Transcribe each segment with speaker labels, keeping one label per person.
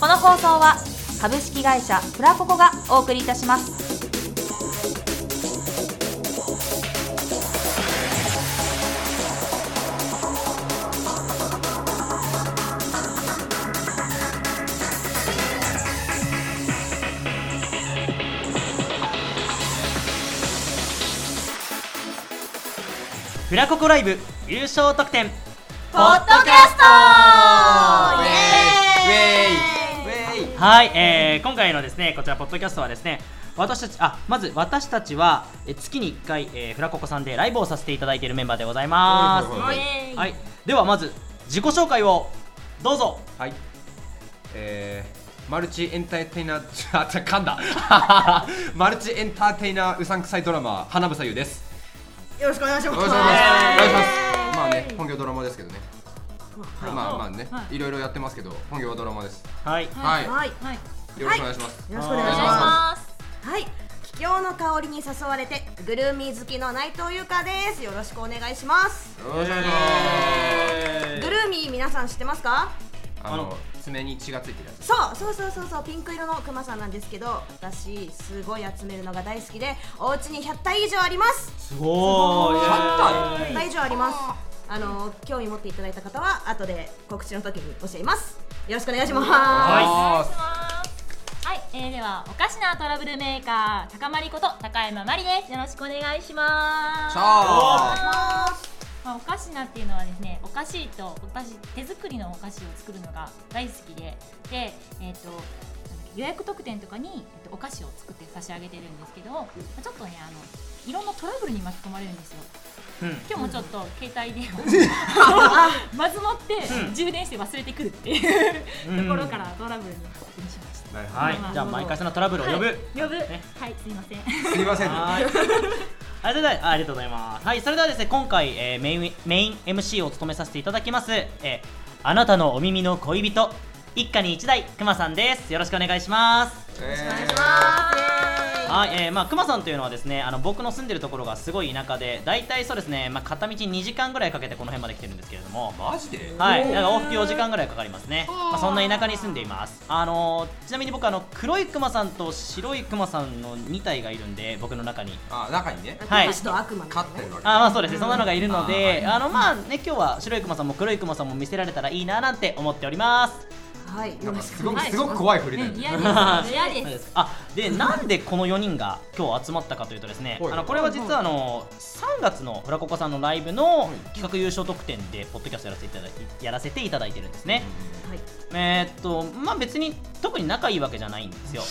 Speaker 1: この放送は株式会社フラココがお送りいたします
Speaker 2: フラココライブ優勝特典
Speaker 1: ポッドキャストイエーイ
Speaker 2: はい、えー今回のですねこちらポッドキャストはですね私たちあまず私たちはえ月に1回、えーフラココさんでライブをさせていただいているメンバーでございます、
Speaker 3: はい
Speaker 2: は
Speaker 3: はいい
Speaker 2: ではまず自己紹介をどうぞ
Speaker 3: はい。えー、マルチエンターテイナー、あ、ちゃ噛んだ。マルチエンターテイナーうさんくさいドラマ、花房優です。
Speaker 4: よろしくお願いします。
Speaker 3: お願いします。お願いします。まあね、本業ドラマですけどね。
Speaker 4: はい
Speaker 3: まあまあね、いろいろやってますけど、本業はドラマです。
Speaker 2: はい
Speaker 3: はい。よ
Speaker 4: はい、
Speaker 3: ろしくお願いします。
Speaker 4: よろしくお願いします。はい、桔梗の香りに誘われて、グルーミー好きの内藤優香です。よろしくお願いします。
Speaker 3: よろしくお願いし
Speaker 4: グルーミー皆さん知ってますか？
Speaker 3: ます。あの、爪に血がついてるやつ。
Speaker 4: そう、そうそうそうそう、ピンク色のクマさんなんですけど、私すごい集めるのが大好きで、お家に100体以上あります。
Speaker 2: すごい
Speaker 4: 100体以上あります。あの興味持っていただいた方は後で告知の時に教えます。よろしくお願いします。
Speaker 3: は
Speaker 5: はい、えー、ではおかしなトラブルメーカー高まりこと高山まりですよろしくお願いします
Speaker 3: さあ
Speaker 5: まあ、お菓子なっていうのはですねお菓子と私手作りのお菓子を作るのが大好きでで、えー、となんだっけ予約特典とかに、えっとお菓子を作って差し上げてるんですけど、まあちょっとねあのいろんなトラブルに巻き込まれるんですよ
Speaker 2: うん
Speaker 5: 今日もちょっと携帯電話をまずもって充電して忘れてくるっていう
Speaker 2: うん
Speaker 5: ところからトラブルに発展しました
Speaker 3: なるほど
Speaker 2: はいじゃあ毎回そのトラブルを呼ぶ、
Speaker 5: はい呼ぶ、
Speaker 2: ね
Speaker 5: はいすいません
Speaker 3: すみません。
Speaker 2: はい。あそれではあありがとうございます。はい、それではですね、今回、えーメインメイン MC を務めさせていただきます、えーあなたのお耳の恋人、一家に一台、くまさんです。よろしくお願いします。はい、えー、まあ、くまさんというのはですね、あの、僕の住んでるところがすごい田舎で、だいたいそうですね、まあ、片道2時間ぐらいかけてこの辺まで来てるんですけれども、
Speaker 3: マジで。
Speaker 2: はい、
Speaker 3: おー
Speaker 2: なんか往復4時間ぐらいかかりますね。まあ、そんな田舎に住んでいます。あのーちなみに僕あの黒いクマさんと白いクマさんの2体がいるんで、僕の中に。
Speaker 3: あ、中にね、
Speaker 2: はい
Speaker 4: 天使と悪魔みたい
Speaker 3: 勝
Speaker 4: な
Speaker 3: ってるわけ。
Speaker 2: あまあそうですね、そんなのがいるの
Speaker 3: あーはい
Speaker 2: で、あのまあね、今日は白いクマさんも黒いクマさんも見せられたらいいななんて思っております。
Speaker 4: は
Speaker 3: な
Speaker 4: い、よ
Speaker 3: ん
Speaker 4: ろ
Speaker 3: か
Speaker 4: し
Speaker 3: す
Speaker 4: くお
Speaker 3: ごく、
Speaker 4: 願いします
Speaker 3: すごく怖い振りだよ ね。
Speaker 5: 嫌です嫌
Speaker 2: そう
Speaker 5: で
Speaker 2: ですすあ で、なんでこの4人が今日集まったかというとですね、
Speaker 3: はい
Speaker 2: あのこれは実はあの3月のフラココさんのライブの企画優勝特典で、ポッドキャストやらせていただいやらせていただいてるんですね。
Speaker 4: はい
Speaker 2: えーっと、まあ別に特に仲いいわけじゃないん ですよ。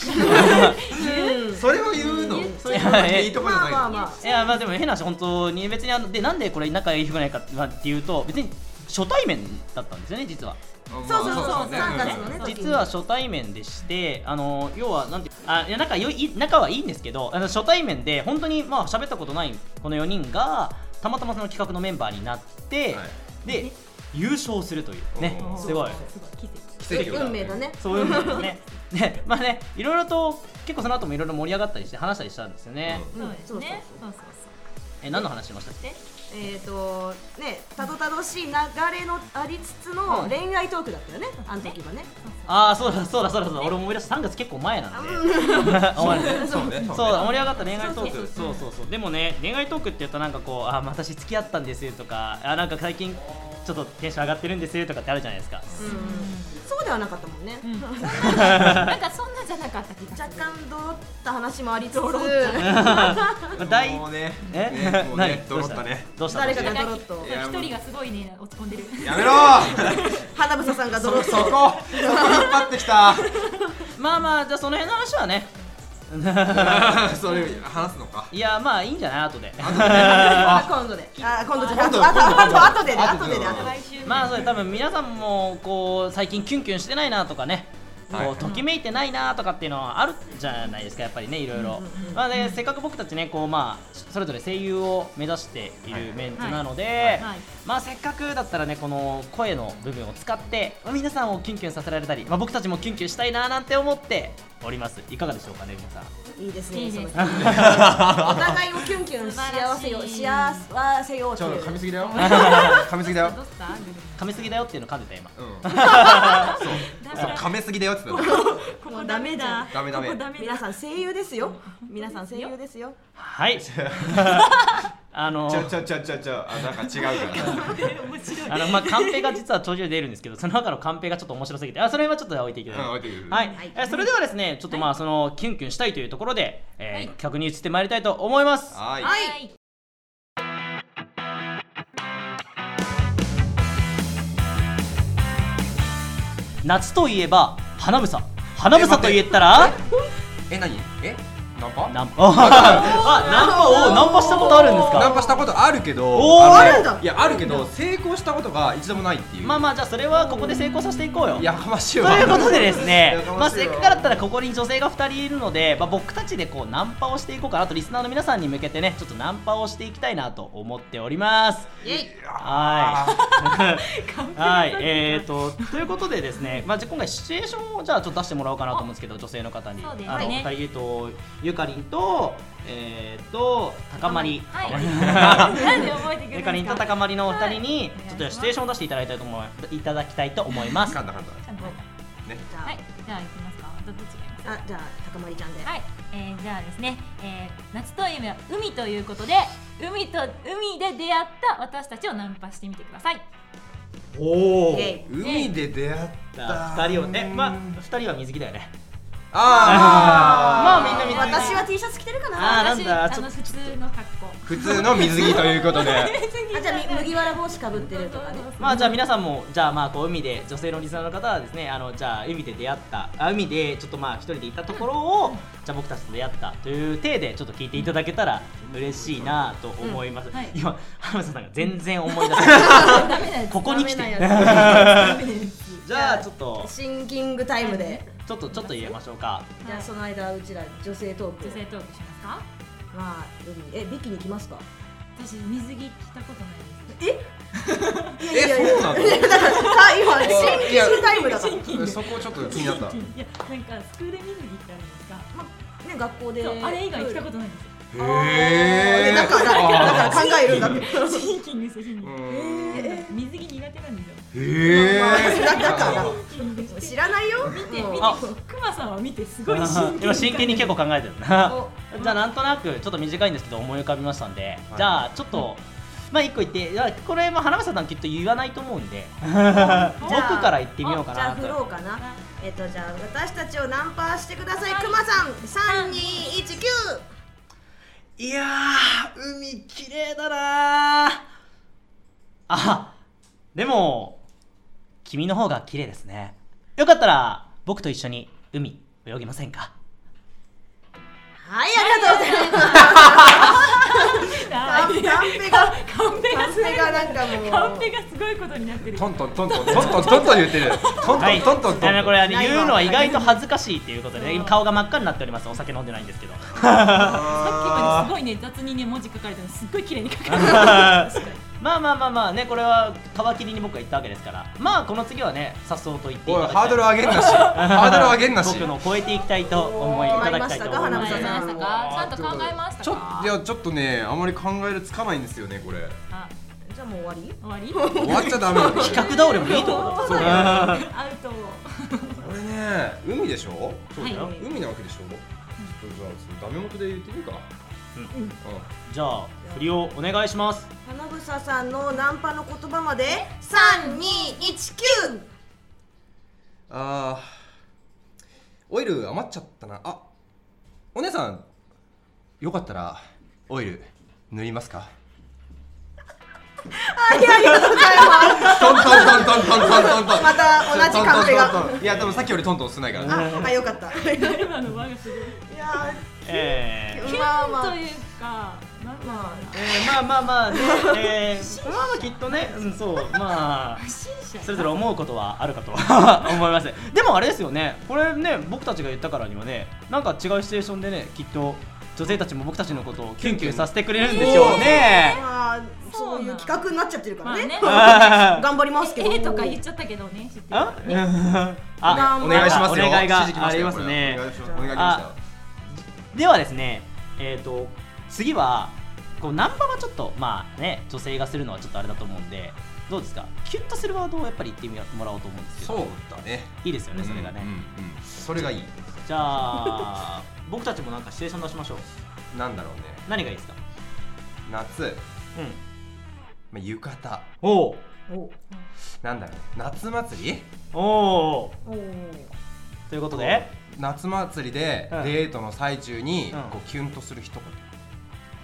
Speaker 3: それを言うの。それはいいとこじゃな
Speaker 4: まあ
Speaker 3: い
Speaker 4: まあ
Speaker 3: の。
Speaker 4: まあ。
Speaker 2: いやまあでも変な話本当に別にあのでなんでこれ仲良くないかっていうと別に初対面だったんですよね実は。
Speaker 4: そうそうそう3月のね時に
Speaker 2: 実は初対面でして、あの要はなんてあいや仲よい仲はいいんですけど、あの初対面で本当にまあ喋ったことないこの4人がたまたまその企画のメンバーになって、
Speaker 3: はい
Speaker 2: で優勝するというね
Speaker 3: お、ー
Speaker 2: すごい。
Speaker 5: すごい奇跡
Speaker 3: 奇跡
Speaker 4: 運命だね。
Speaker 2: そういうのです ね。でまあねいろいろと結構その後もいろいろ盛り上がったりして話したりしたんですよね。
Speaker 5: そうですねそうそう
Speaker 2: え何の話しましたっけ？
Speaker 4: えっ、とねたどたどしい流れのありつつの恋愛トークだったよね。あの時はね。
Speaker 2: ああそうだそうだそうだそうだ。俺も思い出した3月結構前なんで。 思われてる
Speaker 3: そうね。
Speaker 2: そうだ
Speaker 3: ね
Speaker 2: 盛り上がった恋愛トーク
Speaker 3: そ
Speaker 2: そうそうそうでもね恋愛トークって言うとなんかこうあ私付き合ったんですとかあなんか最近ちょっとテンション上がってるんですとかってあるじゃないですか
Speaker 4: うんそうではなかったもんね。
Speaker 5: そうなんかそんなじゃなかった気がする
Speaker 4: 若干どった話もありつつ、
Speaker 2: 大
Speaker 3: もうね。
Speaker 2: え
Speaker 3: ねもうね
Speaker 2: 何
Speaker 3: ドロったね。
Speaker 2: どうしたどう
Speaker 4: 誰
Speaker 2: した
Speaker 4: か
Speaker 2: どう
Speaker 4: が
Speaker 2: し
Speaker 4: ドロッと、
Speaker 3: や
Speaker 5: 一人がすごいね落ち込んでる
Speaker 3: やめろ
Speaker 4: 花房さんがドロ
Speaker 3: そそ
Speaker 4: ッと。
Speaker 3: こそこ引っ張ってきた
Speaker 2: た まあまあじゃあその辺の話はね
Speaker 3: それ話すの か
Speaker 2: いやまあいいんじゃない後で
Speaker 4: あ今度で。あ今度じゃなくて、
Speaker 3: 今
Speaker 4: あ
Speaker 3: 度今度
Speaker 4: とあと後でね
Speaker 3: 後で
Speaker 4: 後でね。後で
Speaker 5: 来週
Speaker 2: まあそれ多分皆さんもこう最近キュンキュンしてないなとかね
Speaker 3: はい
Speaker 2: こうときめいてないなとかっていうのはあるじゃないですかやっぱりねいろいろ、まあね、せっかく僕たちねこう、まあ、それぞれ声優を目指してい
Speaker 3: はい
Speaker 2: るメンツ
Speaker 5: はい
Speaker 2: なので、
Speaker 5: はい
Speaker 2: まあ、せっかくだったらねこの声の部分を使って皆さんをキュンキュンさせられたり、まあ、僕たちもキュンキュンしたいななんて思っておりますいかがでしょうかね皆さん
Speaker 4: いいです
Speaker 5: い
Speaker 4: ね
Speaker 5: い
Speaker 4: その
Speaker 5: で
Speaker 4: お
Speaker 5: す
Speaker 4: 互いをキュンキュン幸せよ
Speaker 5: 素晴らしい
Speaker 4: 幸せよう
Speaker 3: ちょっと噛みすぎだ よ噛みすぎだよ
Speaker 5: どうした
Speaker 2: 噛みすぎだよっていうの噛んでた今
Speaker 3: うん
Speaker 5: だから
Speaker 3: 噛めすぎだよって言ってたの
Speaker 5: こ
Speaker 4: もうダメだ
Speaker 3: ダメダメ
Speaker 5: ここダメ
Speaker 4: 皆
Speaker 5: だ
Speaker 4: さん声優ですよ皆さん声優ですよ
Speaker 2: はい あの
Speaker 3: ちょちょちょちょちょあなんか違うから
Speaker 5: 面白い
Speaker 2: あのまあカンペが実は途中で出るんですけどその中のカンペがちょっと面白すぎてあそれはちょっと置いていただいて、
Speaker 3: うん置いていただいて
Speaker 2: はい、えーそれではですねちょっとまあそのキュンキュンしたいというところで、えー企画に移ってまいりたいと思います
Speaker 3: はい
Speaker 5: はい
Speaker 2: 夏といえば花房花房と言ったら
Speaker 3: え何えナンパ
Speaker 2: ナンパあナンパをナンパしたことあるんです
Speaker 3: ナン
Speaker 2: か
Speaker 3: パしたことあるけど
Speaker 2: おー
Speaker 3: のね
Speaker 4: あるんだ
Speaker 3: いやあるけど成功したことが一度もないっていう
Speaker 2: まあまあじゃあそれはここで成功させていこうよ
Speaker 3: いやかましい
Speaker 2: と
Speaker 3: わ
Speaker 2: いうことでですね
Speaker 3: いや、
Speaker 2: まあ、
Speaker 3: 楽し
Speaker 2: せ
Speaker 3: い
Speaker 2: っ
Speaker 3: わ
Speaker 2: かくだったらここに女性が2人いるので、まあ、僕たちでこうナンパをしていこうかなとリスナーの皆さんに向けてねちょっとナンパをしていきたいなと思っております。 はい、はいえ ー、とということでですね、まあ、じゃあ今回シチュエーションをじゃあちょっと出してもらおうかなと思うんですけど女性の方に、
Speaker 5: そうですね
Speaker 2: あの2人とゆかりんと,、えー、と高まり。
Speaker 5: はいなんで覚えてくれるんです
Speaker 2: ゆかりんと高まりのお二人に、ちょっとシチュエーションを出していただきたいと思いいただきたいと思います。
Speaker 3: 噛んだ噛んだ
Speaker 4: じ
Speaker 5: は
Speaker 4: ゃ
Speaker 5: いじゃあ行きますかどっちがいます
Speaker 4: ああじゃあ高まりちゃんで
Speaker 5: はい、えー、じゃあですね、えー、夏といえば海ということで海と海で出会った私たちをナンパしてみてください
Speaker 2: お
Speaker 4: イエイ
Speaker 3: 海で出会っ
Speaker 2: 二人をね、まあ二人は水着だよね。ま
Speaker 3: あ
Speaker 2: あみんな水着
Speaker 4: 私は T シャツ着てるかな
Speaker 2: あーなんだ
Speaker 5: 私あ
Speaker 2: ちょ
Speaker 5: の
Speaker 2: っ
Speaker 5: 普通の格好
Speaker 3: 普通の水着ということで
Speaker 4: あじゃあみ麦わら帽子かぶってるとかね
Speaker 2: まあじゃあ皆さんもじゃあまあこう海で女性のリスナーの方はですねあのじゃあ海で出会ったあ海でちょっとまあ一人でいたところをじゃあ僕たちと出会ったという体でちょっと聞いていただけたら嬉しいなと思います、
Speaker 5: はい
Speaker 2: 今浜田さんが全然思い出せな い
Speaker 5: ダメだよ
Speaker 2: ここに来て
Speaker 4: ダメ
Speaker 2: じゃあちょっと
Speaker 4: シンキングタイムで
Speaker 2: ちょっとちょっと入れましょうか
Speaker 4: じゃあその間うちら女性トーク
Speaker 5: 女性トークしますか
Speaker 4: まあ海えビキに来ますか
Speaker 5: 私水着着たことないです
Speaker 4: え
Speaker 3: えそうなの
Speaker 4: あ今シン
Speaker 3: いや
Speaker 4: キングタイムだからね
Speaker 5: 近
Speaker 3: そこちょっと気になった
Speaker 5: いやなんかスクール水着ってあるんですか、
Speaker 4: 学校で
Speaker 5: そうあれ以外着たことないんで
Speaker 3: へ
Speaker 4: だからだから考えるんだって
Speaker 5: すよシンキングですよシンキングなんか水着苦手なんですよ
Speaker 3: へえ
Speaker 4: だから
Speaker 5: シンキングして
Speaker 4: 知らないよ見
Speaker 5: 見て見て
Speaker 2: あ
Speaker 5: クマさんは見てすごい真剣
Speaker 2: 今真剣に結構考えてるな
Speaker 5: お
Speaker 2: じゃあなんとなくちょっと短いんですけど思い浮かびましたんで、
Speaker 3: い
Speaker 2: じゃあちょっと、まあ一個言っていやこれも花房さんきっと言わないと思うんで奥から言ってみようか
Speaker 4: じゃあ
Speaker 2: な
Speaker 4: 振ろう
Speaker 2: と
Speaker 4: かなえっとじゃあ私たちをナンパしてくださいクマさん3219
Speaker 2: いやー海綺麗だなーあでも君の方が綺麗ですねよかったら僕と一緒に海泳ぎませんか
Speaker 4: はいありがとうございますカ
Speaker 5: カ
Speaker 4: ンペが
Speaker 5: ンペが
Speaker 4: カン
Speaker 5: すご
Speaker 4: ペ
Speaker 5: い
Speaker 4: がなんかもう
Speaker 5: カンペがすごいことになってる
Speaker 3: トントントントントントントントン言ってるトン
Speaker 2: はい、
Speaker 3: トントントント
Speaker 2: あのこれあの
Speaker 4: ないわ
Speaker 2: 言うのは意外と恥ずかしいっていうことで、
Speaker 5: そう
Speaker 2: 今顔が真っ赤になっておりますお酒飲んでないんですけど
Speaker 5: さっきまですごいね雑にね文字書かれてるのすっごい綺麗に書かれてる
Speaker 2: まあまあまあまあねこれは皮切りに僕は言ったわけですからまあこの次はねさっそうと言ってい
Speaker 3: お
Speaker 2: ただき
Speaker 3: い
Speaker 2: たい
Speaker 3: ハードル上げんなしハードル上げんなし
Speaker 2: 僕のを超えていきたいと思いいただきたいと思い
Speaker 4: わ
Speaker 2: ま
Speaker 4: か
Speaker 2: す
Speaker 4: りましたか花房さん
Speaker 5: ちゃんと考えましたか
Speaker 3: ちょいやちょっとねあまり考えるつかないんですよねこ れ
Speaker 5: あ
Speaker 4: じゃあもう終わ
Speaker 5: 終わ
Speaker 4: り
Speaker 5: り
Speaker 3: 終わっちゃダ メだこ
Speaker 2: 企画倒れもいいと思う
Speaker 5: そうだよ
Speaker 2: あ
Speaker 5: アウト
Speaker 3: れね海でしょ
Speaker 2: そうだよ
Speaker 5: はい
Speaker 3: 海なわけでしょちょっとじゃあダメ元で言ってみるか
Speaker 2: う
Speaker 3: うん
Speaker 2: ーじゃあ振りをお願いします
Speaker 4: 花房さんのナンパの言葉まで3219
Speaker 3: あーオイル余っちゃったなあお姉さんよかったらオイル塗りますか
Speaker 4: はい ありがとうございます
Speaker 3: トントントントントントントントン
Speaker 4: また同じカン
Speaker 3: トント
Speaker 4: ペ
Speaker 3: ン
Speaker 4: が
Speaker 3: トントンいやでもさっきよりトントン少ないから
Speaker 4: ああよかったい
Speaker 5: 今の輪がすごい
Speaker 4: や
Speaker 2: え
Speaker 4: ー
Speaker 5: キ
Speaker 4: まあ
Speaker 5: ュン
Speaker 4: ま
Speaker 5: と
Speaker 4: あ
Speaker 5: いうか
Speaker 4: まあまあ
Speaker 2: えーまあまあまあね、 えー、まあまあきっとね、うん、そうまあ
Speaker 5: 不審者
Speaker 2: それぞれ思うことは あるかと思いますでもあれですよねこれね僕たちが言ったからにはねなんか違うシチュエーションでねきっと女性たちも僕たちのことをキュンキュンさせてくれるんでしょうね
Speaker 4: まあそういう企画になっちゃってるからね,、
Speaker 5: ま
Speaker 2: あね
Speaker 4: 頑張りますけど
Speaker 5: ええとか言っちゃったけどね知ってる
Speaker 2: あ
Speaker 4: な
Speaker 2: あ
Speaker 4: ん
Speaker 3: お願いしますよ
Speaker 2: お願いが
Speaker 3: 指示来したよ
Speaker 2: ありますね
Speaker 3: これお願いしますよ
Speaker 2: ではですねえっ、と次はこうナンパはちょっとまあね女性がするのはちょっとあれだと思うんでどうですかキュッとするワードをやっぱり言ってみようもらおうと思うんですけど
Speaker 3: そうだね
Speaker 2: いいですよねそれがね、
Speaker 3: うんうんうんそれがいい
Speaker 2: じゃあ僕たちもなんかシチュエーション出しましょう
Speaker 3: なんだろうね
Speaker 2: 何がいいですか
Speaker 3: 夏
Speaker 2: うん
Speaker 3: まあ浴衣
Speaker 2: おう
Speaker 4: お
Speaker 3: なんだろうね夏祭り
Speaker 2: おお
Speaker 4: お
Speaker 2: ということで
Speaker 3: 夏祭りで
Speaker 2: うん
Speaker 3: デートの最中に
Speaker 2: うん
Speaker 3: こうキュンとする一言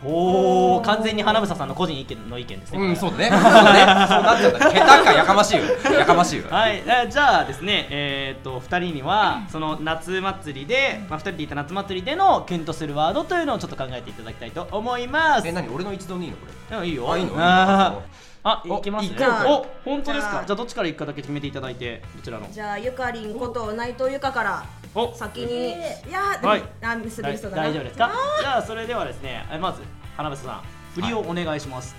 Speaker 2: おお完全に花房さんの個人意見の意見ですね、
Speaker 3: うん
Speaker 2: これ
Speaker 3: そうだねそうだねそうなっちゃった下手かやかましいよやかましいよ
Speaker 2: はい、えーじゃあですね、えーっと2人にはその夏祭りで、まあ、2人でいた夏祭りでのキュンとするワードというのをちょっと考えていただきたいと思います
Speaker 3: え、何俺の一度でいいのこれ
Speaker 2: うんいいよ
Speaker 3: あいいの
Speaker 2: あーあ
Speaker 3: お
Speaker 2: いきます
Speaker 3: い
Speaker 2: ね
Speaker 3: こうか
Speaker 2: お本当です
Speaker 4: じ
Speaker 2: か
Speaker 4: ゃあ
Speaker 2: じゃあどっちからいくかだけ決めていただいてどちらの
Speaker 4: じゃあゆかりんこと内藤ゆかから
Speaker 2: お
Speaker 4: 先にいやー、
Speaker 2: はい
Speaker 4: あ滑りそうだな
Speaker 2: 大大丈夫ですかじゃあそれではですねえまず花房さん振りをお願いします、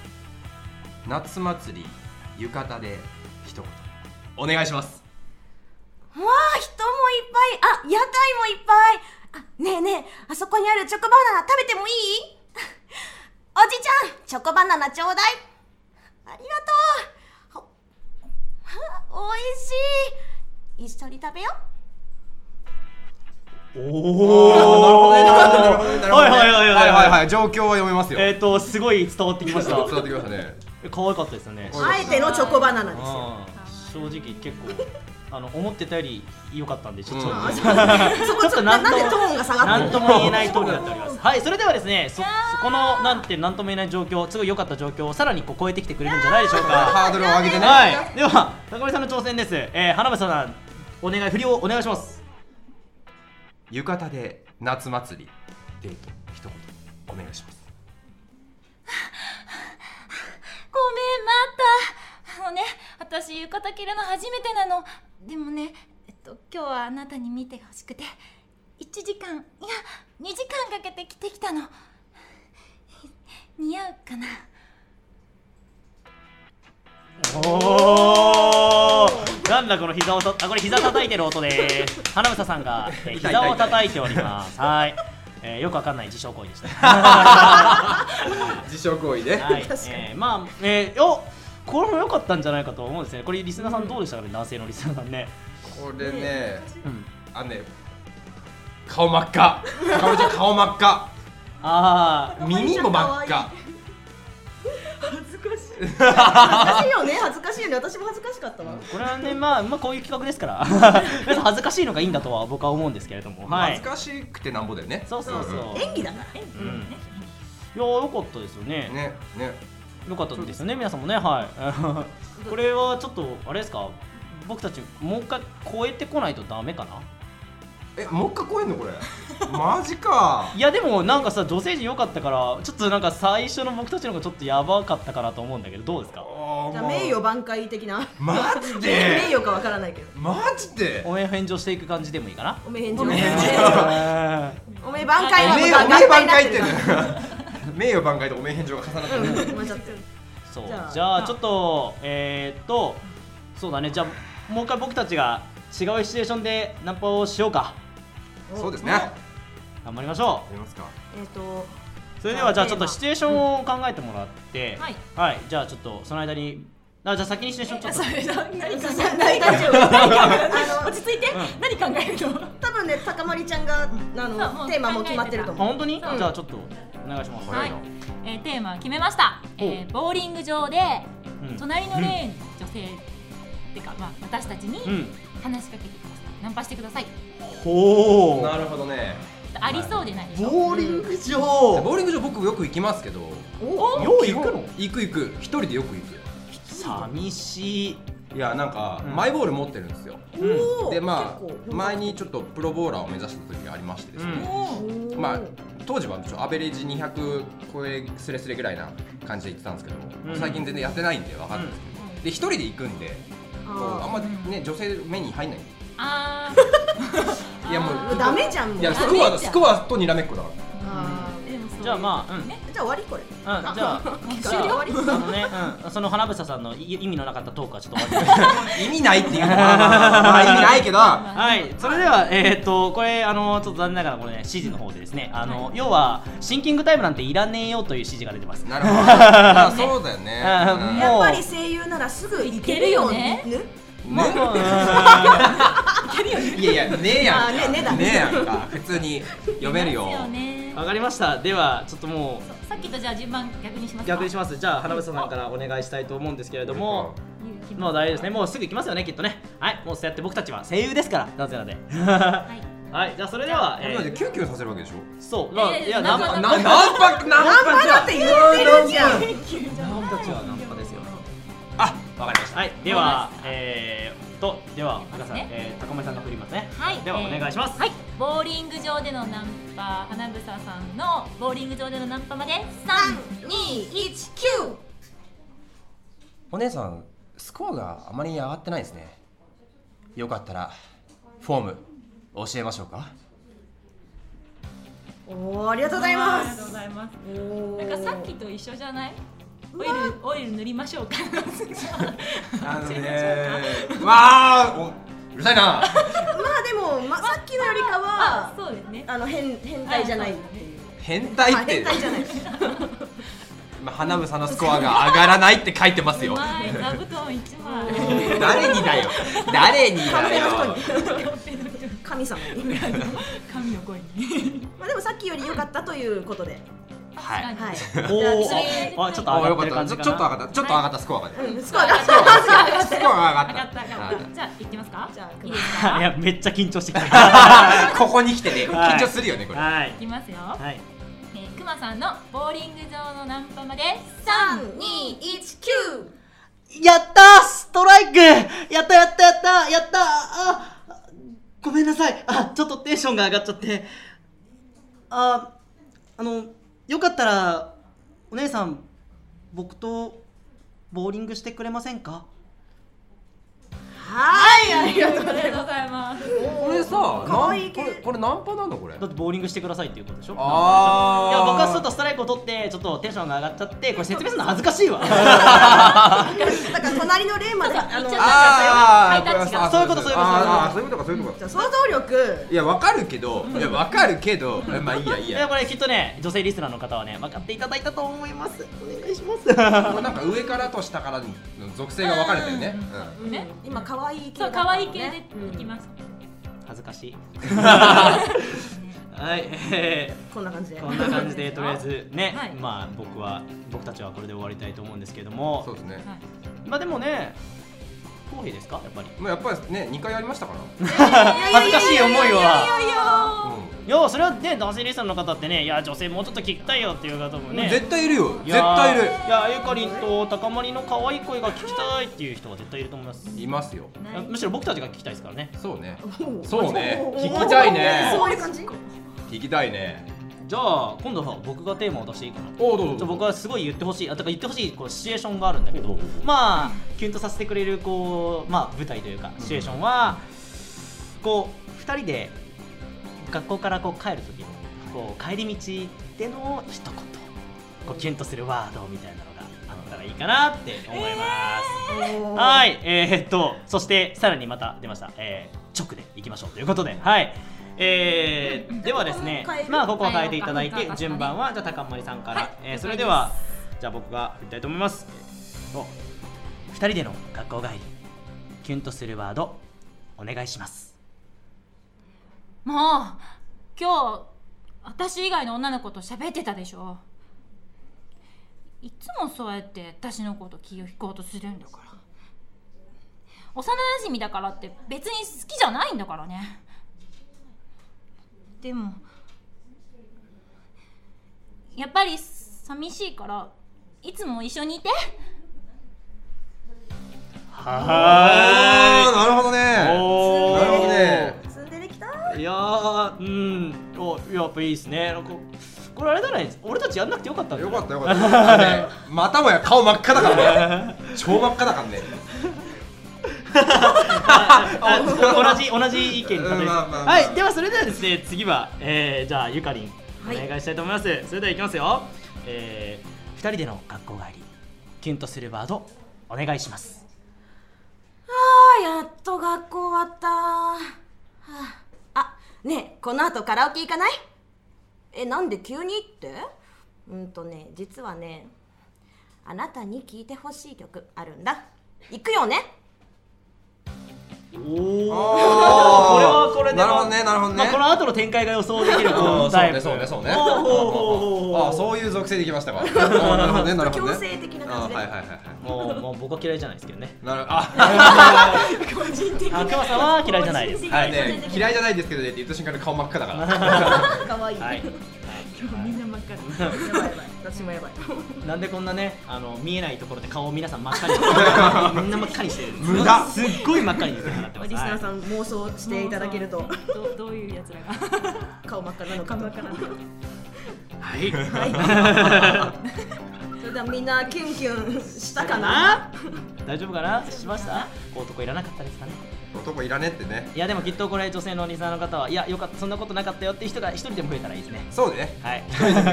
Speaker 3: 夏祭り浴衣で一言お願いします
Speaker 6: わあ人もいっぱいあ屋台もいっぱいあねえねえあそこにあるチョコバナナ食べてもいい おじちゃんチョコバナナちょうだいありがとうおいしい一緒に食べよう
Speaker 2: お
Speaker 3: なるほどねなるほどね
Speaker 2: はいはいはいは
Speaker 3: はいいはいはい状況は読めますよ
Speaker 2: えっ、とすごい伝わってきま した
Speaker 3: 伝わってきましたね
Speaker 2: 可愛かったですよね
Speaker 3: 可愛
Speaker 4: あえてのチョコバナナですよ
Speaker 2: うん正直結構あの思ってたより良かったんでちょっと、
Speaker 3: うんあ
Speaker 4: そ
Speaker 2: ち
Speaker 4: そ
Speaker 2: ょ
Speaker 4: こ
Speaker 2: っ
Speaker 4: ち
Speaker 2: と
Speaker 4: ょ
Speaker 2: な
Speaker 4: なんん
Speaker 2: と
Speaker 4: で
Speaker 2: も
Speaker 4: トーンが下がって
Speaker 2: な
Speaker 4: る
Speaker 2: んとも言えない通りになっております。はい、それではですね、そ、そこのなんて、なんとも言えない状況、すごい良かった状況をさらにこう超えてきてくれるんじゃないでしょうか。
Speaker 3: ハードルを上げてね
Speaker 2: はい、では、高森さんの挑戦です。えー、花部さん、お願い、振りをお願いします。
Speaker 3: 浴衣で夏祭りデート一言お願いします
Speaker 5: ごめん待ったあのね私浴衣着るの初めてなのでもねえっと今日はあなたに見てほしくて1時間いや2時間かけて着てきたの似合うかな
Speaker 2: おーなんだこの膝をとあこれ膝叩いてる音です花房さんが、えー
Speaker 3: 痛い痛い
Speaker 2: 膝を叩いておりますはい、えー、よくわかんない自傷行為でした
Speaker 3: 自傷行為で
Speaker 2: はい、えー、まあ、えー、おこれも良かったんじゃないかと思うんですね。これリスナーさんどうでしたかね、男性のリスナーさんね。
Speaker 3: これね
Speaker 2: うん、
Speaker 3: あのね顔真っ赤かおりちゃん顔真っ赤
Speaker 2: ああ、
Speaker 3: 耳も真っ赤
Speaker 4: 恥ずかしいよね恥ずかしいよね私も恥ずかしかったわ
Speaker 2: これは ね、まあ、まあ、こういう企画ですから。 皆さん恥ずかしいのがいいんだとは、僕は思うんですけれども。はい。
Speaker 3: 恥ずかしくてなんぼだよね
Speaker 2: そうそうそう。
Speaker 4: 演技だから
Speaker 2: うん。いやー、良かったですよね。
Speaker 3: んねね
Speaker 2: 良かったですよね、皆さんもね、はい。 これはちょっと、あれですか。僕たち、もう一回超えてこないとダメかな。
Speaker 3: えもう一回超えんのこれマジか
Speaker 2: いやでもなんかさ女性陣良かったからちょっとなんか最初の僕たちの方がちょっとやばかったかなと思うんだけどどうですか
Speaker 4: じゃあ名誉挽回的な
Speaker 3: マジで
Speaker 4: 名誉かわからないけど
Speaker 3: マジで
Speaker 2: 応援返上していく感じでもいいかな
Speaker 4: おめえ返事お
Speaker 3: め
Speaker 4: め
Speaker 3: え
Speaker 4: え
Speaker 3: 返事
Speaker 4: おめえ挽回
Speaker 3: おめえ
Speaker 4: な
Speaker 3: おめえ挽回っ
Speaker 4: る
Speaker 3: てね 名誉挽回とおめえ返上が重なってる
Speaker 4: うん間違ってる
Speaker 2: そうじ
Speaker 4: じ
Speaker 2: ゃ
Speaker 4: ゃ
Speaker 2: あ
Speaker 4: あ
Speaker 2: ちょっとえー、っとそうだねじゃあもう一回僕たちが違うシチュエーションでナンパをしようか
Speaker 3: そうですねや
Speaker 2: 頑張りましょ
Speaker 3: りますか
Speaker 4: えっと
Speaker 2: うそれではじ
Speaker 4: じ
Speaker 2: ゃあ
Speaker 4: ゃあ
Speaker 2: ちょっと
Speaker 4: テーマ
Speaker 2: シチュエーションを考えてもらって
Speaker 5: はい、
Speaker 2: じゃあちょっとその間にあじゃあ先にシチュエーションちょっと
Speaker 5: 何考
Speaker 4: 大丈夫あの
Speaker 5: 落ち着いて、何考えるの
Speaker 4: 多分ね高まりちゃんがあ
Speaker 5: そうも
Speaker 4: の
Speaker 5: う
Speaker 4: テーマも決まってると
Speaker 2: あ
Speaker 4: 思う
Speaker 2: 本当に、じゃあちょっとお願いします
Speaker 3: 早いな
Speaker 5: はいえー、テーマ決めました、えー、ボーリング場で、
Speaker 2: うん
Speaker 5: 隣のレーンの女性、ってか、まあ、私たちに
Speaker 2: うん
Speaker 5: 話しかけてくださいナンパしてください
Speaker 2: ほ
Speaker 3: なるほどね
Speaker 5: ありそうでないでしょ
Speaker 2: ボーリング場
Speaker 3: ボーリング場僕よく行きますけど
Speaker 2: およう行くの
Speaker 3: 行く行く一人でよく行
Speaker 2: 寂しい
Speaker 3: くいやなんか、
Speaker 2: うん
Speaker 3: マイボール持ってるんですよ
Speaker 2: うん
Speaker 4: おー
Speaker 3: でま
Speaker 4: 結構
Speaker 3: あ前にちょっとプロボーラーを目指した時がありましてですね、
Speaker 4: おー
Speaker 3: まあ当時はちょアベレージ200超えすれすれぐらいな感じで行ってたんですけど、
Speaker 2: うん
Speaker 3: 最近全然やってないんで分かんないですけど、で一人で行くんでこうあんまね女性目に入んない
Speaker 5: あ
Speaker 3: いやも
Speaker 4: もう
Speaker 3: う
Speaker 4: ダメじゃんもう
Speaker 3: いやス
Speaker 5: ダメ
Speaker 3: コ
Speaker 5: じゃ
Speaker 3: ア
Speaker 5: ん
Speaker 3: スコアとにらめっこだか
Speaker 4: あ
Speaker 5: ーでもそういう
Speaker 2: じゃあまあうん
Speaker 5: ね
Speaker 4: ーじゃあ終わりこれ
Speaker 2: うん、じゃあ、
Speaker 5: 終了
Speaker 2: じゃああのね、うん、その花房さんのい意味のなかったトークはちょっと 終わりに
Speaker 3: ら意味ないっていうのはまあまあまあまあ意味ないけど
Speaker 2: はい、それでは、えー、とこれあの、ちょっと残念ながらこれ、ね、指示の方でですねあの、要はシンキングタイムなんていらねえよという指示が出てます。
Speaker 3: なるほど まあそうだよね
Speaker 2: うん
Speaker 4: やっぱり声優ならすぐいけるよね
Speaker 5: いけ
Speaker 4: ね
Speaker 3: うんね
Speaker 2: うん
Speaker 3: いやいやねえやん
Speaker 4: あ
Speaker 3: か
Speaker 4: ねねだ
Speaker 3: ねえやんか普通に読めるよ
Speaker 5: ですよね
Speaker 2: わかりました。ではちょっともう
Speaker 5: さっきとじゃあ順番逆にしますか
Speaker 2: 逆にします。じゃあ花房さんからお願いしたいと思うんですけれども、
Speaker 5: ゆうき
Speaker 2: もう大丈夫ですね。もうすぐ行きますよね、きっとね。はい、もうそうやって僕たちは声優ですから、なぜなので。
Speaker 5: はい
Speaker 2: はい、じゃあそれでは、え
Speaker 3: これなんで
Speaker 2: ー
Speaker 3: キュンキュンさせるわけでしょ
Speaker 2: そう、まあ、
Speaker 5: えー
Speaker 2: いや、ナ
Speaker 5: ナ
Speaker 2: ン
Speaker 5: ンパ、
Speaker 2: パナ
Speaker 3: ナ
Speaker 2: ン
Speaker 3: ン
Speaker 2: パ、
Speaker 3: パナンパじゃん
Speaker 4: って言ってるじゃん
Speaker 2: ナンパじゃナンパですよ。
Speaker 3: あわかりました
Speaker 2: はい、では、えー、と、では、皆さん、
Speaker 5: ね
Speaker 2: えー、高森さんが振りますね。
Speaker 5: はい、
Speaker 2: では、お
Speaker 5: えー
Speaker 2: 願いします。
Speaker 5: はい、ボーリング場でのナンパ、花房さんのボーリング場でのナンパまで三、
Speaker 4: 3219
Speaker 3: お姉さんスコアがあまり上がってないですねよかったらフォーム教えましょうか
Speaker 4: おーありがとうございま
Speaker 5: ありがとうご
Speaker 4: す
Speaker 5: ざいます。
Speaker 4: おー
Speaker 5: なんかさっきと一緒じゃない？オイルオイル塗りましょうか。
Speaker 3: あのわあうるさいな
Speaker 4: まあでも、ま、さっきのよりか
Speaker 5: あ
Speaker 4: は、
Speaker 5: そうですね。
Speaker 4: あの変変態じゃないっていう
Speaker 3: 変態
Speaker 4: あ
Speaker 3: って
Speaker 4: 変態じゃない
Speaker 3: まあ花房のスコアが上がらないって書いてますよ
Speaker 5: はい、座布団一枚。
Speaker 3: 誰にだよ誰にだよ
Speaker 4: 神様に
Speaker 5: 神の声に。
Speaker 4: まあでもさっきより良かったということで
Speaker 3: はい
Speaker 4: はい
Speaker 2: おー
Speaker 4: じゃあ次
Speaker 2: ああ、ちょっと
Speaker 3: あ
Speaker 2: 上が
Speaker 3: よ
Speaker 2: って
Speaker 3: かっ
Speaker 2: る感じ
Speaker 3: た
Speaker 2: か
Speaker 3: ちょ
Speaker 2: な。
Speaker 3: ちょっと上がったちょっと上がったスコアが
Speaker 4: うんスコア
Speaker 5: 上
Speaker 4: が
Speaker 5: がった
Speaker 3: スコア
Speaker 5: 上
Speaker 3: が
Speaker 5: が
Speaker 3: 上
Speaker 5: っ
Speaker 3: が
Speaker 5: た
Speaker 3: っ
Speaker 5: 上
Speaker 3: た
Speaker 5: がった。じゃあ行きますか？じゃあいいです
Speaker 2: い
Speaker 5: か？
Speaker 2: や、めっちゃ緊張してきた。は
Speaker 3: ここに来てね緊張するよね
Speaker 2: い。
Speaker 3: これ
Speaker 2: はい
Speaker 5: 行。きますよ。
Speaker 2: はい。
Speaker 5: えー、くまさんのボーリング場のナンパまで三。
Speaker 4: 3219
Speaker 2: やったーストライクやったやったやったやったあごめんなさいあちょっとテンションが上がっちゃってああのよかったらお姉さん僕とボーリングしてくれませんか
Speaker 4: はいありがとう
Speaker 5: ありがとうございます。
Speaker 3: これさ
Speaker 4: 可愛
Speaker 3: ないん
Speaker 4: 系
Speaker 3: これこれナンパなのこれ
Speaker 2: だってボーリングしてくださいっていうことでしょ
Speaker 3: あー
Speaker 2: いや僕はちょっとストライクを取ってちょっとテンションが上がっちゃってこれ説明するの恥ずかしいわ
Speaker 4: だから隣の例まであの
Speaker 5: ちょっと
Speaker 4: じ
Speaker 3: あー
Speaker 5: ハイタッチが
Speaker 3: あ
Speaker 2: そういうことそういうこと
Speaker 3: あーそういうことかそういうことか
Speaker 4: ゃあ想像力
Speaker 3: いやわかるけどいやわかるけどまあいいやいい
Speaker 2: いや
Speaker 3: や
Speaker 2: これきっとね女性リスナーの方はね分かっていただいたと思いますお願いし ます
Speaker 3: もうなんか上からと下からの属性が分かれてるね
Speaker 5: うんね
Speaker 4: 今可愛い系
Speaker 5: そ
Speaker 4: だ
Speaker 5: う
Speaker 4: った
Speaker 5: 可
Speaker 4: もんね
Speaker 5: 愛い系で行きます。
Speaker 2: 恥ずか しいはい、 え
Speaker 4: こんな感じで
Speaker 2: ーこんな感じでとりあえずね、
Speaker 5: はい
Speaker 2: まあ僕は僕たちはこれで終わりたいと思うんですけれど
Speaker 3: うんそう
Speaker 2: も
Speaker 3: ですね
Speaker 5: はい。
Speaker 2: まあでもね不公平ですかやっぱり
Speaker 3: もうやっぱりね2回やりましたから
Speaker 2: 恥ずかしい思いは
Speaker 3: う
Speaker 2: いやそれはね男性リスナーの方ってねいや女性もうちょっと聞きたいよっていう方も
Speaker 3: ん
Speaker 2: ね
Speaker 3: 絶対いるよ絶
Speaker 2: やー
Speaker 3: 対いる
Speaker 2: いやゆかりんと高まりの可愛い声が聞きたいっていう人は絶対いると思います
Speaker 3: いますよ
Speaker 2: むしろ僕たちが聞きたいですからね
Speaker 3: そうね
Speaker 4: おー
Speaker 3: そうね
Speaker 4: おー
Speaker 3: 聞きたいね
Speaker 4: そういう感じ
Speaker 3: 聞きたいね
Speaker 2: じゃあ今度は僕がテーマを出していいかな
Speaker 3: おおどう
Speaker 2: ち
Speaker 3: ぞど
Speaker 2: ょ
Speaker 3: うぞ
Speaker 2: 僕はすごい言ってほしいあだから言ってほしいこうシチュエーションがあるんだけ
Speaker 3: ほう
Speaker 2: ど
Speaker 3: ほうほう
Speaker 2: まあキュンとさせてくれるこうまあ舞台というかシチュエーションはこう2人で学校からこう帰る時にこう帰り道での一言こうキュンとするワードみたいなのがあったらいいかなって思います、
Speaker 4: おー
Speaker 2: はいえー、っとそしてさらにまた出ました、えー、直でいきましょうということではいえー、ではですね
Speaker 4: ここも変える
Speaker 2: まあここは変えていただい
Speaker 5: 変え
Speaker 2: て
Speaker 5: ようか
Speaker 2: 順番はじゃあ高森さんから、
Speaker 5: はい
Speaker 2: えーそれではじゃあ僕が振りたいと思いますお二人での学校帰りキュンとするワードお願いします
Speaker 5: もう今日私以外の女の子と喋ってたでしょいつもそうやって私のこと気を引こうとするんだから幼馴染だからって別に好きじゃないんだからねでもやっぱり寂しいからいつも一緒にい て
Speaker 2: は
Speaker 3: あーなるほど
Speaker 2: ーい
Speaker 3: ね
Speaker 2: おー
Speaker 3: なるほどね
Speaker 4: ツンデレきた
Speaker 2: いやーうんおやっぱいいですねなんかこれあれじゃない俺たちやんなくてよかったんだ
Speaker 3: よかったよかったあ のねまたもや顔真っ赤だからね超真っ赤だからね
Speaker 2: あ 同じ同じ意見に偏り
Speaker 3: うんまあまあまあ
Speaker 2: はいではそれではですね次は、えー、じゃあゆかりんお願いしたいと思います、それではいきますよ、えー、二人での学校帰りキュンとするワードお願いします
Speaker 6: あやっと学校終わった、はあ、あねえこの後カラオケ行かないえなんで急にってうんとね実はねあなたに聴いてほしい曲あるんだ行くよね
Speaker 2: おお
Speaker 3: お
Speaker 2: これは
Speaker 3: ー
Speaker 2: これで
Speaker 3: なるほどねなるほどね、
Speaker 2: まあ、この後の展開が予想できるこ
Speaker 3: う
Speaker 2: うんタイプ
Speaker 3: そうねそうねそうね
Speaker 2: ほうほうほうほうほう
Speaker 3: ああそういう属性できましたかあーなるほどねなるほどね
Speaker 6: 強制的な感じで
Speaker 3: あーはいはいはいはい
Speaker 2: もうもう僕は嫌いじゃないですけどね
Speaker 3: なるあ
Speaker 2: あくまさんは嫌いじゃない です
Speaker 3: はいね嫌いじゃないですけどねって言った瞬間に顔真っ赤だから
Speaker 4: 可愛い
Speaker 2: はい
Speaker 5: みんな真っ赤で
Speaker 4: やばいやばい私もやばい
Speaker 2: なんでこんなねあの見えないところで顔を皆さん真っ赤にしてる みんな真っ赤にしてる
Speaker 3: 無駄
Speaker 2: すっごい真っ赤にしてなってます
Speaker 4: リスナー
Speaker 2: は
Speaker 4: さん妄想していただけると
Speaker 5: どどういうやつら が
Speaker 4: 顔真っ赤なのか
Speaker 5: 頑張
Speaker 4: と
Speaker 5: っかな って
Speaker 2: いはい
Speaker 4: それではみんなキュンキュンしたか
Speaker 2: か
Speaker 4: な
Speaker 2: な大丈夫かなしました男いらなかったですかね
Speaker 3: 男いらねってね
Speaker 2: いやでもきっとこれ女性のリスナーの方はいやよかったそんなことなかったよっていう人が一人でも増えたらいいですね
Speaker 3: そうね
Speaker 2: はい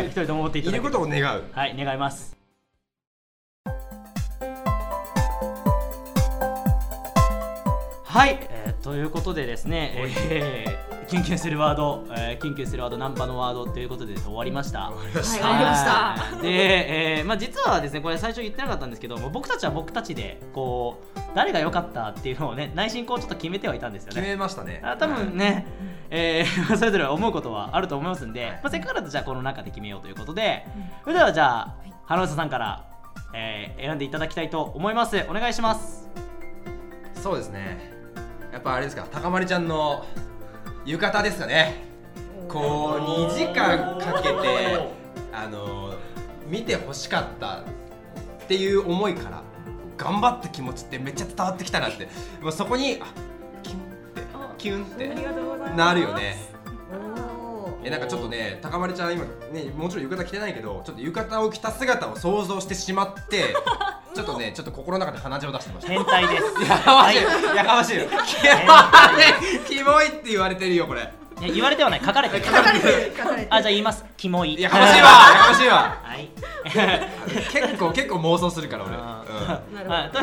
Speaker 2: 一人でも思っていた
Speaker 3: い
Speaker 2: だけ
Speaker 3: ることを願う
Speaker 2: はい願いますはい、えーということでですね、えー、キュンキュンするワード、えー、キュンキュンするワードナンパのワードということで終わりました
Speaker 3: わかりました
Speaker 4: はいわかりました
Speaker 2: はいで、えーまあ、実はですねこれ最初言ってなかったんですけども僕たちは僕たちでこう誰が良かったっていうのをね内心こうちょっと決めてはいたんですよ
Speaker 3: 決
Speaker 2: ね
Speaker 3: めましたね
Speaker 2: あ多分ね、えー それぞれ思うことはあると思いますんで、まあ、せっかくだとじゃあこの中で決めようということで、それではじゃあ花房さんから、えー選んでいただきたいと思いますお願いします
Speaker 3: そうですねやっぱあれですか高まりちゃんの浴衣ですかねこう2時間かけてあの見てほしかったっていう思いから頑張った気持ちってめっちゃ伝わってきたなってもうそこにあキュンってキュンってなるよねえなんかちょっとね高まりちゃん今ねもちろん浴衣着てないけどちょっと浴衣を着た姿を想像してしまって ちょっとねちょっと心の中で鼻血を出してました
Speaker 2: 変態です
Speaker 3: やかましい、やかましいよ。キモい、キモいって言われてるよ、これ。
Speaker 2: いや言われてはない書かれてる
Speaker 3: 書かれてる
Speaker 4: 書かれて
Speaker 2: あじゃあ言いますキモい
Speaker 3: やかましいわ、やかましいわ。
Speaker 2: はい
Speaker 3: 結構、結構妄想するから、
Speaker 2: あ
Speaker 3: 俺。
Speaker 2: ー はいと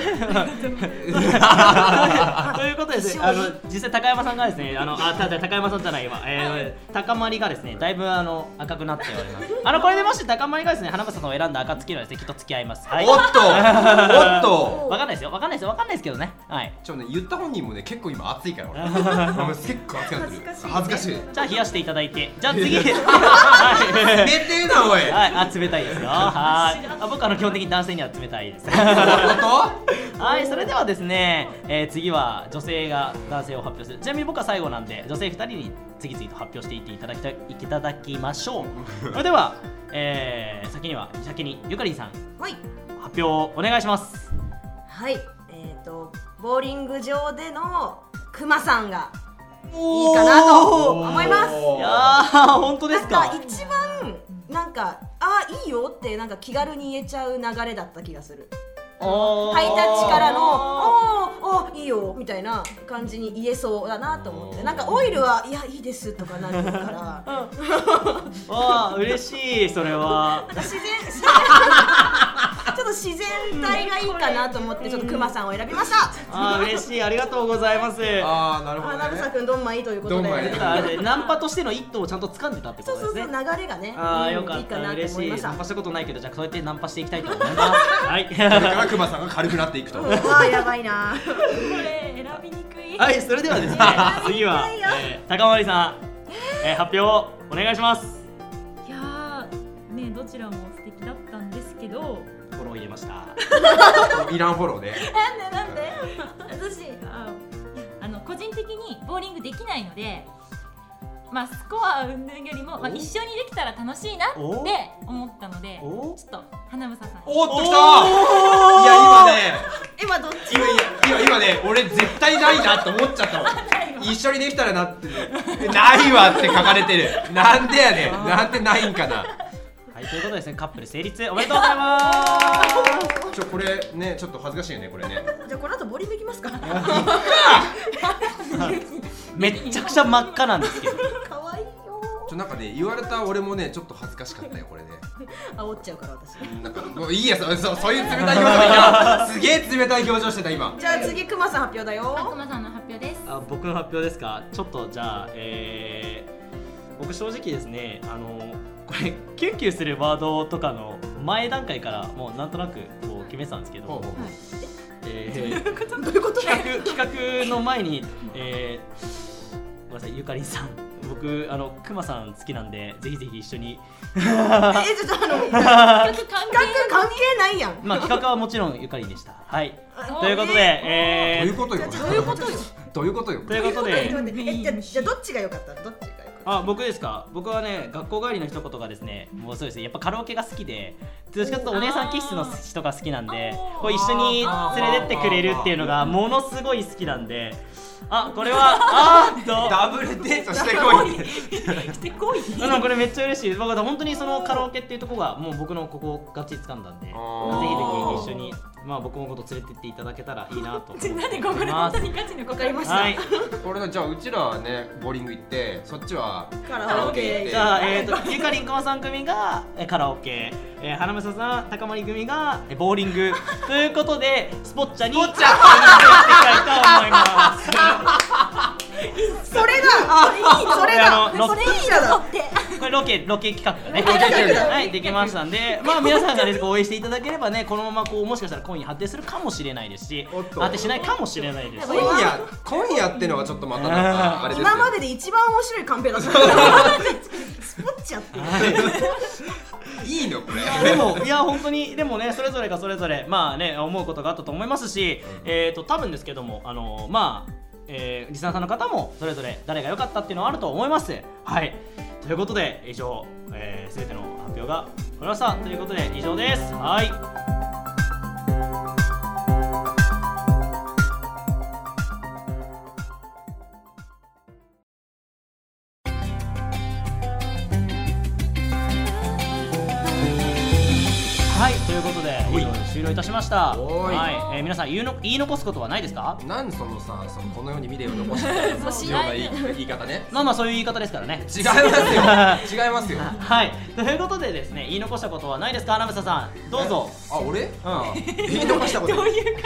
Speaker 2: ということで ですね、
Speaker 6: 勝
Speaker 2: あ
Speaker 6: 利
Speaker 2: の実際高山さんがですね、あのあたた高山さんじゃない今、えー、高まりがですね、だいぶあの赤くなっております。あのこれでもし高まりがですね、花房さんを選んだ暁にはですね、きっと付き合います。はい。
Speaker 3: うんおっと、おっと。
Speaker 2: わかんないですよ、わかんないですよ、わかんないですけどね。はい。
Speaker 3: ちょっとね、言った本人もね、結構今熱いから、 俺。俺結構熱くなってる。恥ずかしい。
Speaker 2: じゃあ冷やしていただいて、じゃあ 次。 はい
Speaker 3: 冷てえな、おい。
Speaker 2: はい、あ冷たいですよ。はい。あ僕あの基本的に男性には冷たいです。
Speaker 3: 本
Speaker 2: はい、それではですね、えー次は女性が男性を発表する。ちなみに僕は最後なんで、女性2人に次々と発表していっていただきたいいただきましょ う。それでは、えー先には先にゆかりんさん
Speaker 4: はい
Speaker 2: 発表をお願いします。
Speaker 4: はいえっ、とボーリング場でのクマさんが
Speaker 2: い
Speaker 4: いかなと思います
Speaker 2: いやー本当です
Speaker 4: なん
Speaker 2: か
Speaker 4: か。一番なんかあいいよってなんか気軽に言えちゃう流れだった気がする
Speaker 2: おー
Speaker 4: ハイタッチからの「おーおーいいよ」みたいな感じに言えそうだなと思ってなんかオイルは「いやいいです」とかなるから
Speaker 2: わあ嬉しいそれ は。
Speaker 4: 自 然自然ちょっと自然体がいいかなと思ってちょっとクマさんを選びました
Speaker 2: あー嬉しいありがとうございます。
Speaker 3: あー、なるほ
Speaker 4: あ
Speaker 3: ど
Speaker 4: なぶさ
Speaker 3: ね。
Speaker 4: くんどんまいいということ
Speaker 3: どんまい
Speaker 4: で
Speaker 3: い
Speaker 2: あれナンパとしての一途をちゃんと掴んでたってこ
Speaker 4: そう
Speaker 2: と
Speaker 4: そ
Speaker 2: で
Speaker 4: う
Speaker 2: す
Speaker 4: そう
Speaker 2: ね。
Speaker 4: 流れがね
Speaker 2: ああ
Speaker 4: うん
Speaker 2: よか
Speaker 4: いい
Speaker 2: っ
Speaker 4: か
Speaker 2: た
Speaker 4: なと
Speaker 2: 嬉
Speaker 4: 思
Speaker 2: し
Speaker 4: い
Speaker 2: い
Speaker 4: ました
Speaker 2: ナンパしたことないけどじゃあそうやってナンパしていきたいと思いますはい
Speaker 3: これからクマさんが軽くなっていくと。
Speaker 4: うんあーやばい な
Speaker 5: これ選びにくい
Speaker 2: はいそれではですね次は、えー、高森さん、えー、発表をお願いします
Speaker 5: いやーねどちらも素敵だったんですけど
Speaker 2: フォロー入れま した
Speaker 3: イランフォローね。
Speaker 5: なんでなんで私あいやあの個人的にボーリングできないのでまあスコア云々よりも、まあ、
Speaker 2: お
Speaker 5: 一緒にできたら楽しいなって
Speaker 2: お
Speaker 5: 思ったのでち
Speaker 2: お
Speaker 5: ょっと花房さん
Speaker 3: おっと、来た。
Speaker 2: お
Speaker 3: い
Speaker 2: ー
Speaker 3: や、今ね。
Speaker 4: 今どっち
Speaker 3: 今今今ね俺絶対ないなって思っちゃったもん一緒にできたらなってねないわって書かれてるなんでやねんなんでないんかな
Speaker 2: はい、ということでですね、カップル成立おめでとうございます。
Speaker 3: ちょこれねちょっと恥ずかしいよねこれね
Speaker 4: じゃあこの後ボーリング行きますか
Speaker 2: めっちゃくちゃ真っ赤なんですけど。
Speaker 4: かわいいよ
Speaker 3: ちょなんかね言われた俺もねちょっと恥ずかしかったよこれね
Speaker 4: 煽っちゃうから私
Speaker 3: なんかもういいやそそそういう冷たい表情やめろすげえ冷たい表情してた今
Speaker 4: じゃあ次くまさん発表 だ
Speaker 5: あ
Speaker 4: よ
Speaker 5: くまさんの発表です
Speaker 2: あ僕の発表ですかちょっとじゃあ、えー僕正直ですねあのこれキュンキュンするワードとかの前段階からもうなんとなくこう決めてたんですけど、
Speaker 3: ほうほう
Speaker 2: えー
Speaker 4: どういうこと
Speaker 2: 企画企画の前に、えーごめんなさいゆかりんさん僕あのくまさん好きなんでぜひぜひ一緒に
Speaker 4: えちょっとあの
Speaker 5: 企画関
Speaker 4: 企画関係ないやん
Speaker 2: まあ企画はもちろんゆかりんでしたはい
Speaker 5: お
Speaker 2: ということで、
Speaker 3: ど
Speaker 2: え
Speaker 3: ういう
Speaker 2: ー
Speaker 3: ことよこれ
Speaker 4: どういうことよ
Speaker 3: どういうことよ
Speaker 2: ということで
Speaker 4: どういうことよえじゃあじゃあどっちが良かったどっちが良かった
Speaker 2: あ僕ですか僕はね学校帰りの一言がですねもうそうですねやっぱカラオケが好きでどっちかというとお姉さん気質の人が好きなんで
Speaker 5: あー
Speaker 2: こう一緒に連れてってくれるっていうのがものすごい好きなんであこれはあーっと
Speaker 3: ダブルデートしてこいって
Speaker 5: してこい
Speaker 2: うん、これめっちゃ嬉しい僕は本当にそのカラオケっていうところがもう僕のここをガチ掴んだんでぜひぜ
Speaker 3: ー
Speaker 2: ひ一緒にまあ僕のこと連れてっていただけたらいいなと 思って
Speaker 5: なんでここで
Speaker 2: ま
Speaker 5: 本
Speaker 2: す
Speaker 5: 当にガチのわかりま
Speaker 2: はい
Speaker 3: これのじゃあうちらはねボーリング行ってそっちは
Speaker 4: カ
Speaker 3: カラオケ行って
Speaker 2: じゃあ、えー、とゆかりんこまさん組がえーカラオケ、えー、花村さん高森組がえーボーリングということでスポッチャにスポッチャしていきたいと思います
Speaker 4: それだ
Speaker 2: こ
Speaker 4: それだ
Speaker 2: れあのロ
Speaker 4: それいいなだ
Speaker 2: これロケロケ企画がね
Speaker 3: ロケ企画
Speaker 2: はいできましたんでまあ皆さんがね応援していただければねこのままこうもしかしたら今夜発展するかもしれないですし
Speaker 3: おっと
Speaker 2: 発展しないかもしれないですし
Speaker 3: 今夜今夜ってのはちょっとまたなんかあれですよ
Speaker 4: 今までで一番面白いカンペだった スポッチャって
Speaker 3: いいのこれ
Speaker 2: でもいや本当にでもねそれぞれがそれぞれまあね思うことがあったと思いますし、えっ、と多分ですけどもあのまあ、えー、リスナーさんの方もそれぞれ誰が良かったっていうのはあると思いますはいということで以上すべ、えー全ての発表が終わりましたということで以上ですはいはいということで以上で終了いたしました
Speaker 3: おい
Speaker 2: はい、えー皆さん言うの言い残すことはないですか
Speaker 3: なんそのさそのこのように見れよ残したような言い言い方ね
Speaker 2: まあまあそういう言い方ですからね
Speaker 3: 違います よ違いますよ
Speaker 2: はいということでですね言い残したことはないですか穴房さんどうぞ
Speaker 3: あ俺、うん、言い残したこと どういう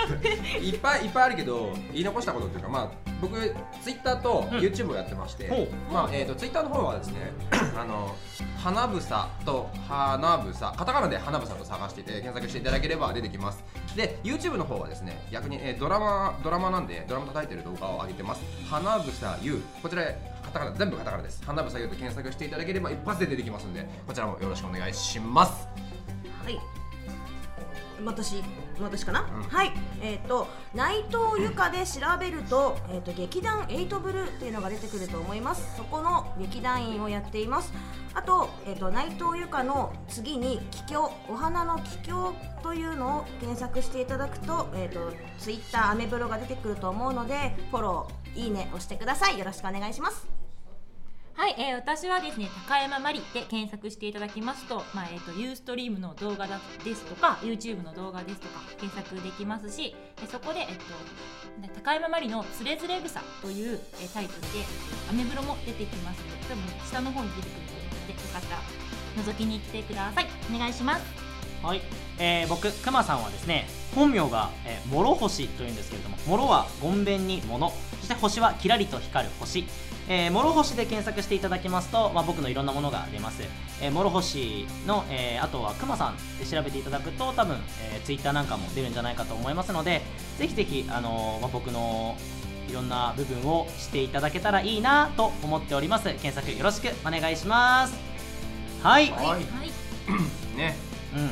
Speaker 3: いっぱいいっぱいあるけど言い残したことっていうかまあ僕ツイッターと
Speaker 2: うん
Speaker 3: YouTube をやってまして、
Speaker 2: ほう
Speaker 3: まあえっ、とツイッターの方はです ねあの花房と花房カタカナで花房と探していて検索していただければ出てきますで YouTube の方はですね逆に、えードラマドラマなんでドラマ叩いてる動画を上げてます花房優こちらカタカナ全部カタカナです花房優と検索していただければ一発で出てきますんでこちらもよろしくお願いします
Speaker 4: はい。私、私かな、
Speaker 3: うん
Speaker 4: はい、えっ、と、内藤由香で調べると、えっ、と、劇団エイトブルーっていうのが出てくると思います。そこの劇団員をやっています。あと、えっ、と、内藤由香の次に、桔梗、お花の桔梗というのを検索していただくと、えっ、と、ツイッター、アメブロが出てくると思うので、フォロー、いいね、押してください。よろしくお願いします。
Speaker 5: はい、えー、私はですね高山まりで検索していただきますと、まあえー、とユーストリームの動画だですとか YouTube の動画ですとか検索できますしえーそこで、えっとね高山まりの「つれづれ草」という、えータイトルでアメブロも出てきますので多分下の方に出てくると思うのでよかったら覗きに来てくださいお願いします
Speaker 2: はい、えー、僕くまさんはですね本名が、えー、諸星というんですけれども諸はごんべんに物そして星はキラリと光る星、えー、諸星で検索していただきますと、まあ、僕のいろんなものが出ます、えー、諸星の、えー、あとはくまさんで調べていただくと多分、えー、ツイッターなんかも出るんじゃないかと思いますのでぜひぜひ、あのーまあ、僕のいろんな部分をしていただけたらいいなと思っております検索よろしくお願いしますはい、
Speaker 3: は
Speaker 5: はい
Speaker 3: いね
Speaker 2: うん、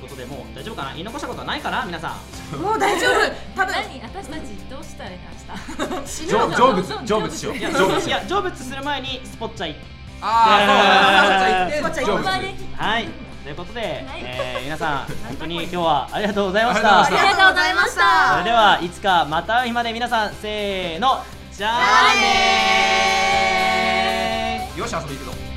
Speaker 2: ということでもう大丈夫かな言い残したことはないかな皆さん
Speaker 4: もう大丈夫。多分、
Speaker 5: 何私たちどうしたらいいか 明日死
Speaker 3: 成仏成仏しよう
Speaker 2: いや
Speaker 3: 成仏し
Speaker 2: い
Speaker 3: よう
Speaker 2: や成仏する前にスポッチャ行っ
Speaker 3: ああそうだ
Speaker 4: いやいやいや
Speaker 3: 成仏しよう
Speaker 2: はいということで、
Speaker 5: い
Speaker 2: えー皆 さん本当に今日はありがとうございまし
Speaker 3: あ
Speaker 2: た
Speaker 3: り
Speaker 2: そ
Speaker 3: が
Speaker 2: れ
Speaker 3: とうございまし
Speaker 4: ありがとうございました。
Speaker 2: ではいつかまた会う日まで皆さんせーのじゃあねー
Speaker 3: よし遊び行くぞ